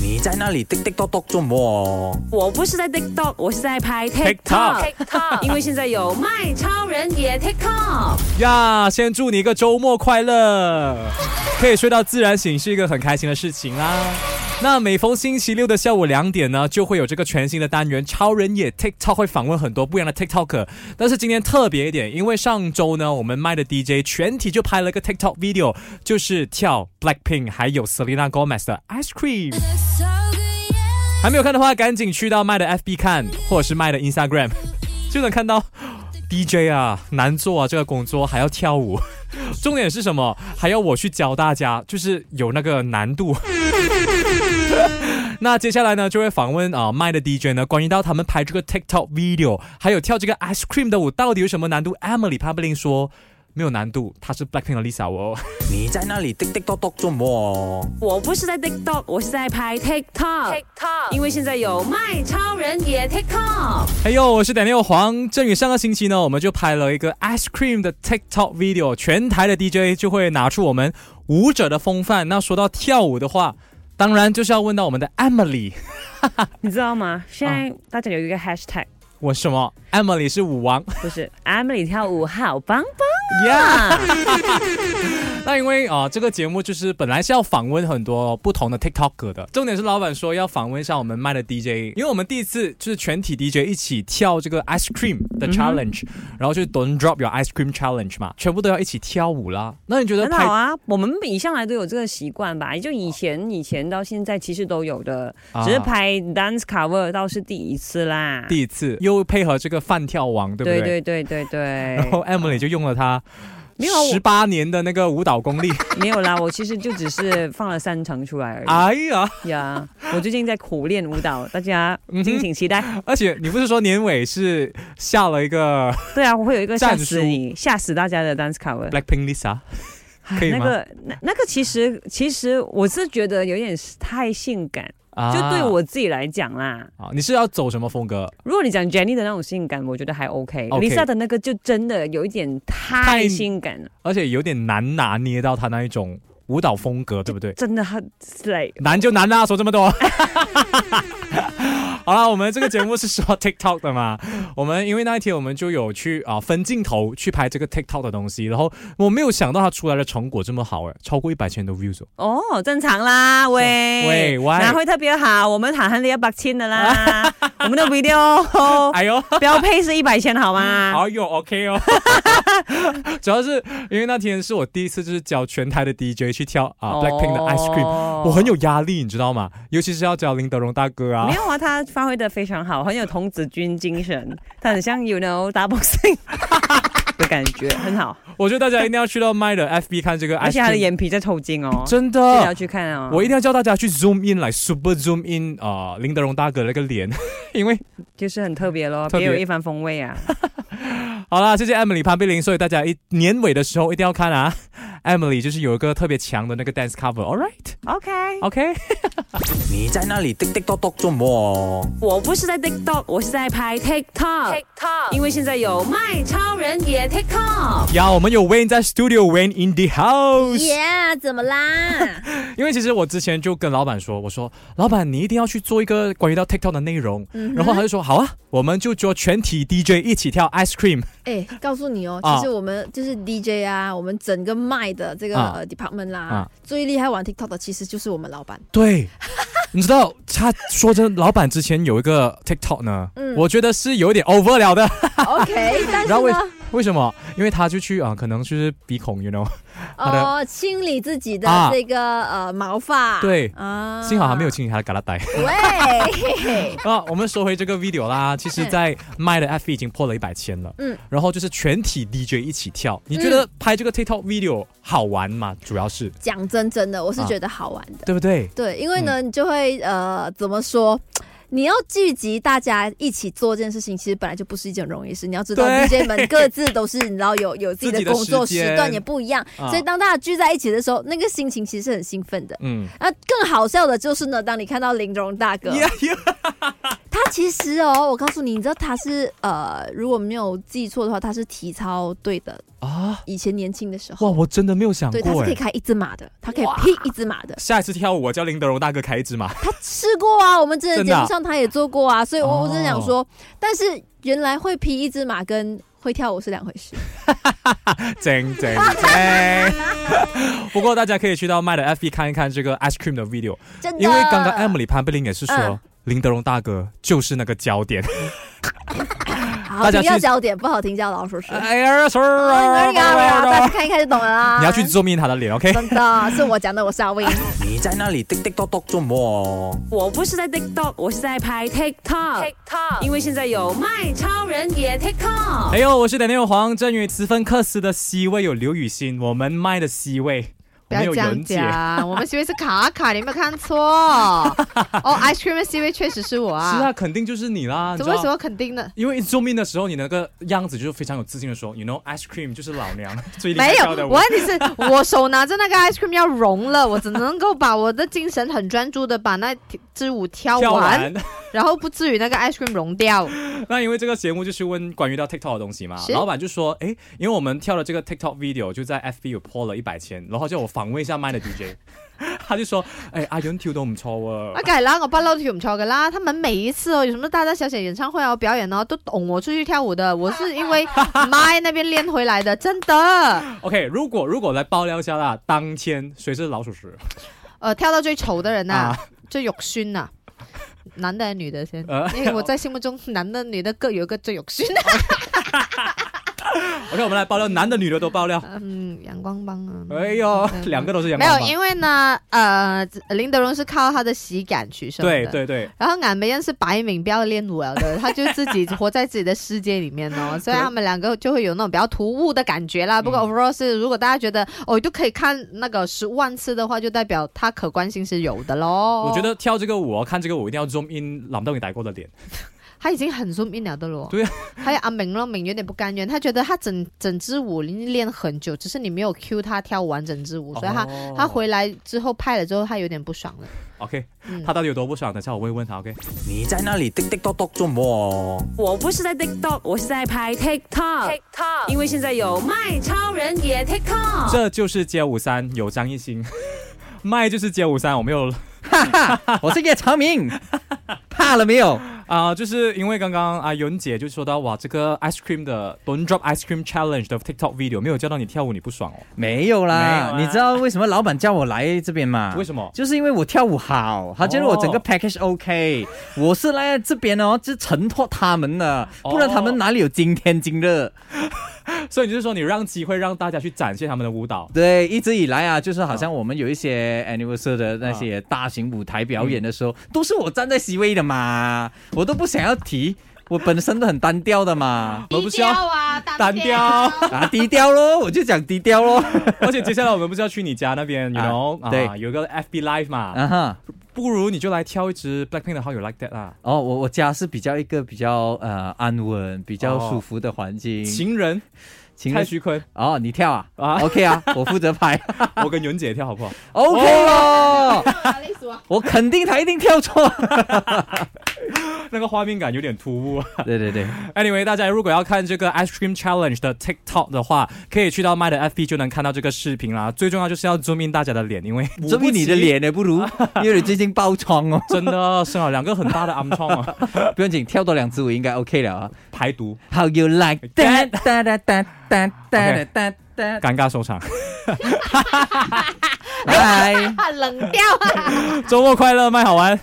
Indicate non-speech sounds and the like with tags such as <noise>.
你在那里叮叮咚咚做么？我不是在 TikTok，我是在拍 TikTok TikTok，因为现在有卖超人也 TikTok。呀先祝你一个周末快乐，可以睡到自然醒是一个很开心的事情啦。那每逢星期六的下午两点呢，就会有这个全新的单元《超人也 TikTok》，会访问很多不一样的 TikToker。但是今天特别一点，因为上周呢，我们麦的 DJ 全体就拍了一个 TikTok video，就是跳哦 Blackpink 还有 Selena Gomez 的 Ice Cream。还没有看的话，赶紧去到麦的 FB 看，或者是麦的 Instagram，就能看到 DJ 啊，难做啊，这个工作还要跳舞。 <laughs> 重点是什么？还要我去教大家，就是有那个难度。 <laughs> 那接下来呢，就会访问啊、麦的 DJ 呢，关于到他们拍这个 TikTok video，还有跳这个 Ice Cream 的舞到底有什么难度？Emily Pavlin 说没有难度，她是 Blackpink 的 Lisa 哦。你在那里叮叮咚咚做么？我不是在 TikTok，我是在拍 TikTok， TikTok，因为现在有卖超人也 TikTok。哎呦，我是点六黄振宇。上个星期呢，我们就拍了一个 Ice Cream 的 TikTok video，全台的 DJ 就会拿出我们舞者的风范。那说到跳舞的话，当然就是要问到我们的 Emily，你知道吗？现在大家有一哦个 hashtag，我什么？Emily 是舞王。不是 Emily 跳舞好棒棒。啊 Yeah 那因为啊、呃这个节目就是本来是要访问很多不同的 TikToker 的，重点是老板说要访问一下我们卖的 DJ，因为我们第一次就是全体 DJ 一起跳这个 Ice Cream 的嗯 Challenge，、然后就是 Don't Drop Your Ice Cream Challenge 嘛，全部都要一起跳舞啦。那你觉得很好拍啊，我们一向来都有这个习惯吧，就以前以前到现在其实都有的，啊只是拍 dance cover 倒是第一次啦。第一次又配合这个饭跳王，对不对？对对对对 <laughs> 对哎然后 Emily 就用了她没有啊我十八年的那个舞蹈 <laughs> 功力，没有啦，我其实就只是放了三成出来而哎已呀！呀。我最近在苦练舞蹈，大家嗯哼敬请期待。而且你不是说年尾是下了一 <laughs> 个对啊，我会有一个吓战死术你、吓死大家的 dance cover。 Blackpink Lisa？唉可以吗那个那那个其实其实我是觉得有点太性感，啊就对我自己来讲啦。啊，你是要走什么风格？如果你讲 Jenny 的那种性感，我觉得还 OK。 OK Lisa 的那个就真的有一点太太性感了，而且有点难拿捏到他那一种舞蹈风格，对不对？真的很 like。难就难啦、说这么多。 <laughs> 好啦，我们这个节目是说 TikTok 的嘛，我们因为那一天我们就有去啊分镜头去拍这个 TikTok 的东西，然后我没有想到它出来的成果这么好哎，超过一百千的 views 哦。哦，正常啦，喂喂哦喂哪会特别好？我们喊喊的要八千 <laughs> 的啦，我们的 video 哎呦，标配是一百千好吗？哎呦，OK 哦， <laughs> 主要是因为那天是我第一次就是教全台的 DJ 去跳啊 Blackpink 的 Ice Cream，哦我很有压力，你知道吗？尤其是要教林德荣大哥啊没，有啊，他发挥的非常好，很有童子军精神，他很像 you know 打 <laughs> boxing 的感觉，很好，我觉得大家一定要去到麦的 FB 看这个 ice cream，而且他的眼皮在抽筋哦，真记得要的。去看哦。我一定要叫大家去 zoom in 来 super zoom in 啊、林德荣大哥那个脸， <laughs> 因为就是很特别咯，特别别有一番风味 <laughs> 啊。好啦，谢谢 Emily 潘碧玲，所以大家一年尾的时候一定要看啊，Emily 就是有一个特别强的那个 dance cover，all right，OK，、 OK，你在那里叮叮咚咚做么？我不是在 TikTok，我是在拍 TikTok， TikTok，因为现在有卖超人也 TikTok。呀我们有 Wayne 在 studio，Wayne in the house。耶，怎么啦？因为其实我之前就跟老板说，我说老板你一定要去做一个关于到 TikTok 的内容，然后他就说好啊，我们就做全体 DJ 一起跳 Ice Cream。 <laughs> 哎，告诉你哦，啊其实我们就是 DJ 啊，我们整个卖的这个啊呃 department 啦啊，最厉害玩 TikTok 的其实就是我们老 <laughs> 板。对，你知道他说真的，老板之前有一个 TikTok 呢，嗯我觉得是有点 over 了的。 OK，但然后是为呢，为什么？因为他就去啊、可能就是鼻孔，you know，、他的哦，清理自己的啊这个呃毛发。对。啊幸好还没有。清理他的嘎啦带喂， <laughs> 啊！我们说回这个 video 啦，其实，在麦的 FV 已经破了一百千了，嗯嗯，然后就是全体 DJ 一起跳，你觉得拍这个 TikTok video 好玩吗？主要是讲真真的，我是觉得好玩的。对不对？对，因为嗯呢，你就会呃，怎么说？你要聚集大家一起做这件事情，其实本来就不是一件容易事。你要知道对 <laughs>，DJ 们各自都是你知道有有自己自己的的工作时间时段也不一样，啊所以当大家聚在一起的时候，那个心情其实是很兴奋的。嗯，那更好笑的就是呢，当你看到林荣大哥 <laughs> Yeah, yeah. <laughs> 他其实哦，我告诉你，你知道他是呃，如果没有记错的话，他是体操队的。啊！以前年轻的时候，哇，我真的没有想对，他是过可以哎。开一只马的，他可以劈一只马的。下一次跳舞，我叫林德荣大哥开一支嘛。他吃过啊，我们真的真节的啊目上他也做过啊，所以我哦我真的想说，但是原来会劈一只马跟会跳舞是两回事。真真真。不过大家可以去到麦的 FB 看一看这个 Ice Cream 的 video，真的，因为刚刚 Emily 潘贝林也是说。嗯林德荣大哥就是那个焦点，好大家听去要焦点，不好听叫老鼠屎。哎呀哎啊，大家，sorry，看一看就懂了啦。你要去揍灭他的脸，OK？真的是我讲的，我是阿威。你在那里叮叮咚咚做么？我不是在 TikTok，我是在拍 TikTok。 TikTok 因为现在有卖超人也 TikTok。哎呦，我是点六黄振宇，此分克斯的 C 位有刘雨欣，我们麦的 C 位我不要们有这样袁姐，讲，啊我们 C 位是卡卡，你没有看错。哦，ice cream 的 C 位确实是我啊。是啊，肯定就是你啦，你怎知么为什道？么肯定呢？因为一 zoom in 的时候，你那个样子就是非常有自信的说，you know ice cream 就是老 <laughs> 娘最厉害没有，的我问题是，我手拿着那个 ice cream 要融了，我只能够把我的精神很专注的把那支舞跳完，跳完。 <laughs> 然后不至于那个 ice cream 融掉。 <laughs> 那因为这个节目就是问关于到 TikTok 的东西嘛，是老板就说，诶，因为我们跳了这个 TikTok video 就在 FB 有破了一百千，然后叫我访问一下 m 的 DJ，他 <laughs> 就说，诶，阿元跳都唔啊錯喎、那梗係啦，我不嬲跳唔錯噶啦。他们每一次哦，有什么大大小小演唱会啊、表演啊，都懂我出去跳舞的。我是因 <laughs> 为麦那边练回来的，真的。 OK，如果如果来爆料一下啦，当天谁是老鼠屎？呃，跳到最丑的人呐、啊最肉酸呐、男的还是女的 <laughs> 先？呃因为我在心目中男的、女的各有一个最肉酸。啊 <laughs> ，OK，我们来爆料，男的女的都爆料。嗯，阳光帮啊。哎呦，嗯两个都是阳没光有，吧因为呢，呃，林德荣是靠他的喜感取胜的。对。对对，然后俺们人是摆明不要练舞了的，他就自己活在自己的世界里面 <laughs> 哦，所以他们两个就会有那种比较突兀的感觉啦。不嗯过 overall 是，如果大家觉得哦都可以看那个十万次的话，就代表他可观性是有的喽。我觉得跳这个舞哦，看这个舞一定要 zoom in 朗到你打过的脸。他已经很 zoom in 了的咯。对啊，还有阿明咯，明有点不甘愿，他觉得他整整支舞已经练很久，只是你没有 cue 他跳完整支舞，所以他、哦他回来之后拍了之后，他有点不爽了。 OK，嗯他到底有多不爽？等下我会问他。OK，你在那里叮叮咚咚做么？我不是在 TikTok，我是在拍 TikTok。 TikTok 因为现在有卖超人也 TikTok。这就是街舞三，有张艺兴， <laughs> 麦就是街舞三，我没有 <laughs> 我是叶 <laughs> 长明，怕了没有？啊、就是因为刚刚啊，袁姐就说到哇，这个 ice cream 的 Don't Drop Ice Cream Challenge 的 TikTok video 没有教到你跳舞，你不爽哦？没有啦，没有啦啊你知道为什么老板叫我来这边吗？为什么？就是因为我跳舞好，他觉得我整个哦 package OK，、我是来这边哦，就承托他们的，哦不然他们哪里有今天今日？所以你就说你让机会让大家去展现他们的舞蹈，对，一直以来啊，就是好像我们有一些 anniversary 的那些大型舞台表演的嗯时候，都是我站在 C 位的嘛，我都不想要提，我本身都很单调的嘛，哦我们不是要啊，单调，啊，低调咯，我就讲低调咯， <laughs> 而且接下来我们不是要去你家那边，you 啊 know，啊对有个 FB Live 嘛，啊哈。不如你就来挑一支 Blackpink 的 How You Like That 啊啦，哦，我我家是比较一个比较呃安稳、比较舒服的环境。情人情蔡人徐 <laughs> 坤哦，你跳啊啊？OK 啊，我负责拍我跟袁姐跳好不好？ ，OK 哦。我肯定他一定跳错。那个画面感有点突兀。对对对， Anyway，大家如果要看这个 Ice Cream Challenge 的 TikTok 的话，可以去到 My 的 FB 就能看到这个视频啦。最重要就是要 zoom in 大家的脸， <laughs> 因为这不你的，脸呢，不如，因为你最近爆疮哦。真的是啊，两个很大的暗疮 <laughs> 啊，不用紧，跳多两支舞应该 OK 了啊。排毒， How you like that？哒哒哒哒哒 OK 哒哒。尴尬收 <laughs> 场。拜。冷掉。 <laughs> 周末快乐，麦好玩，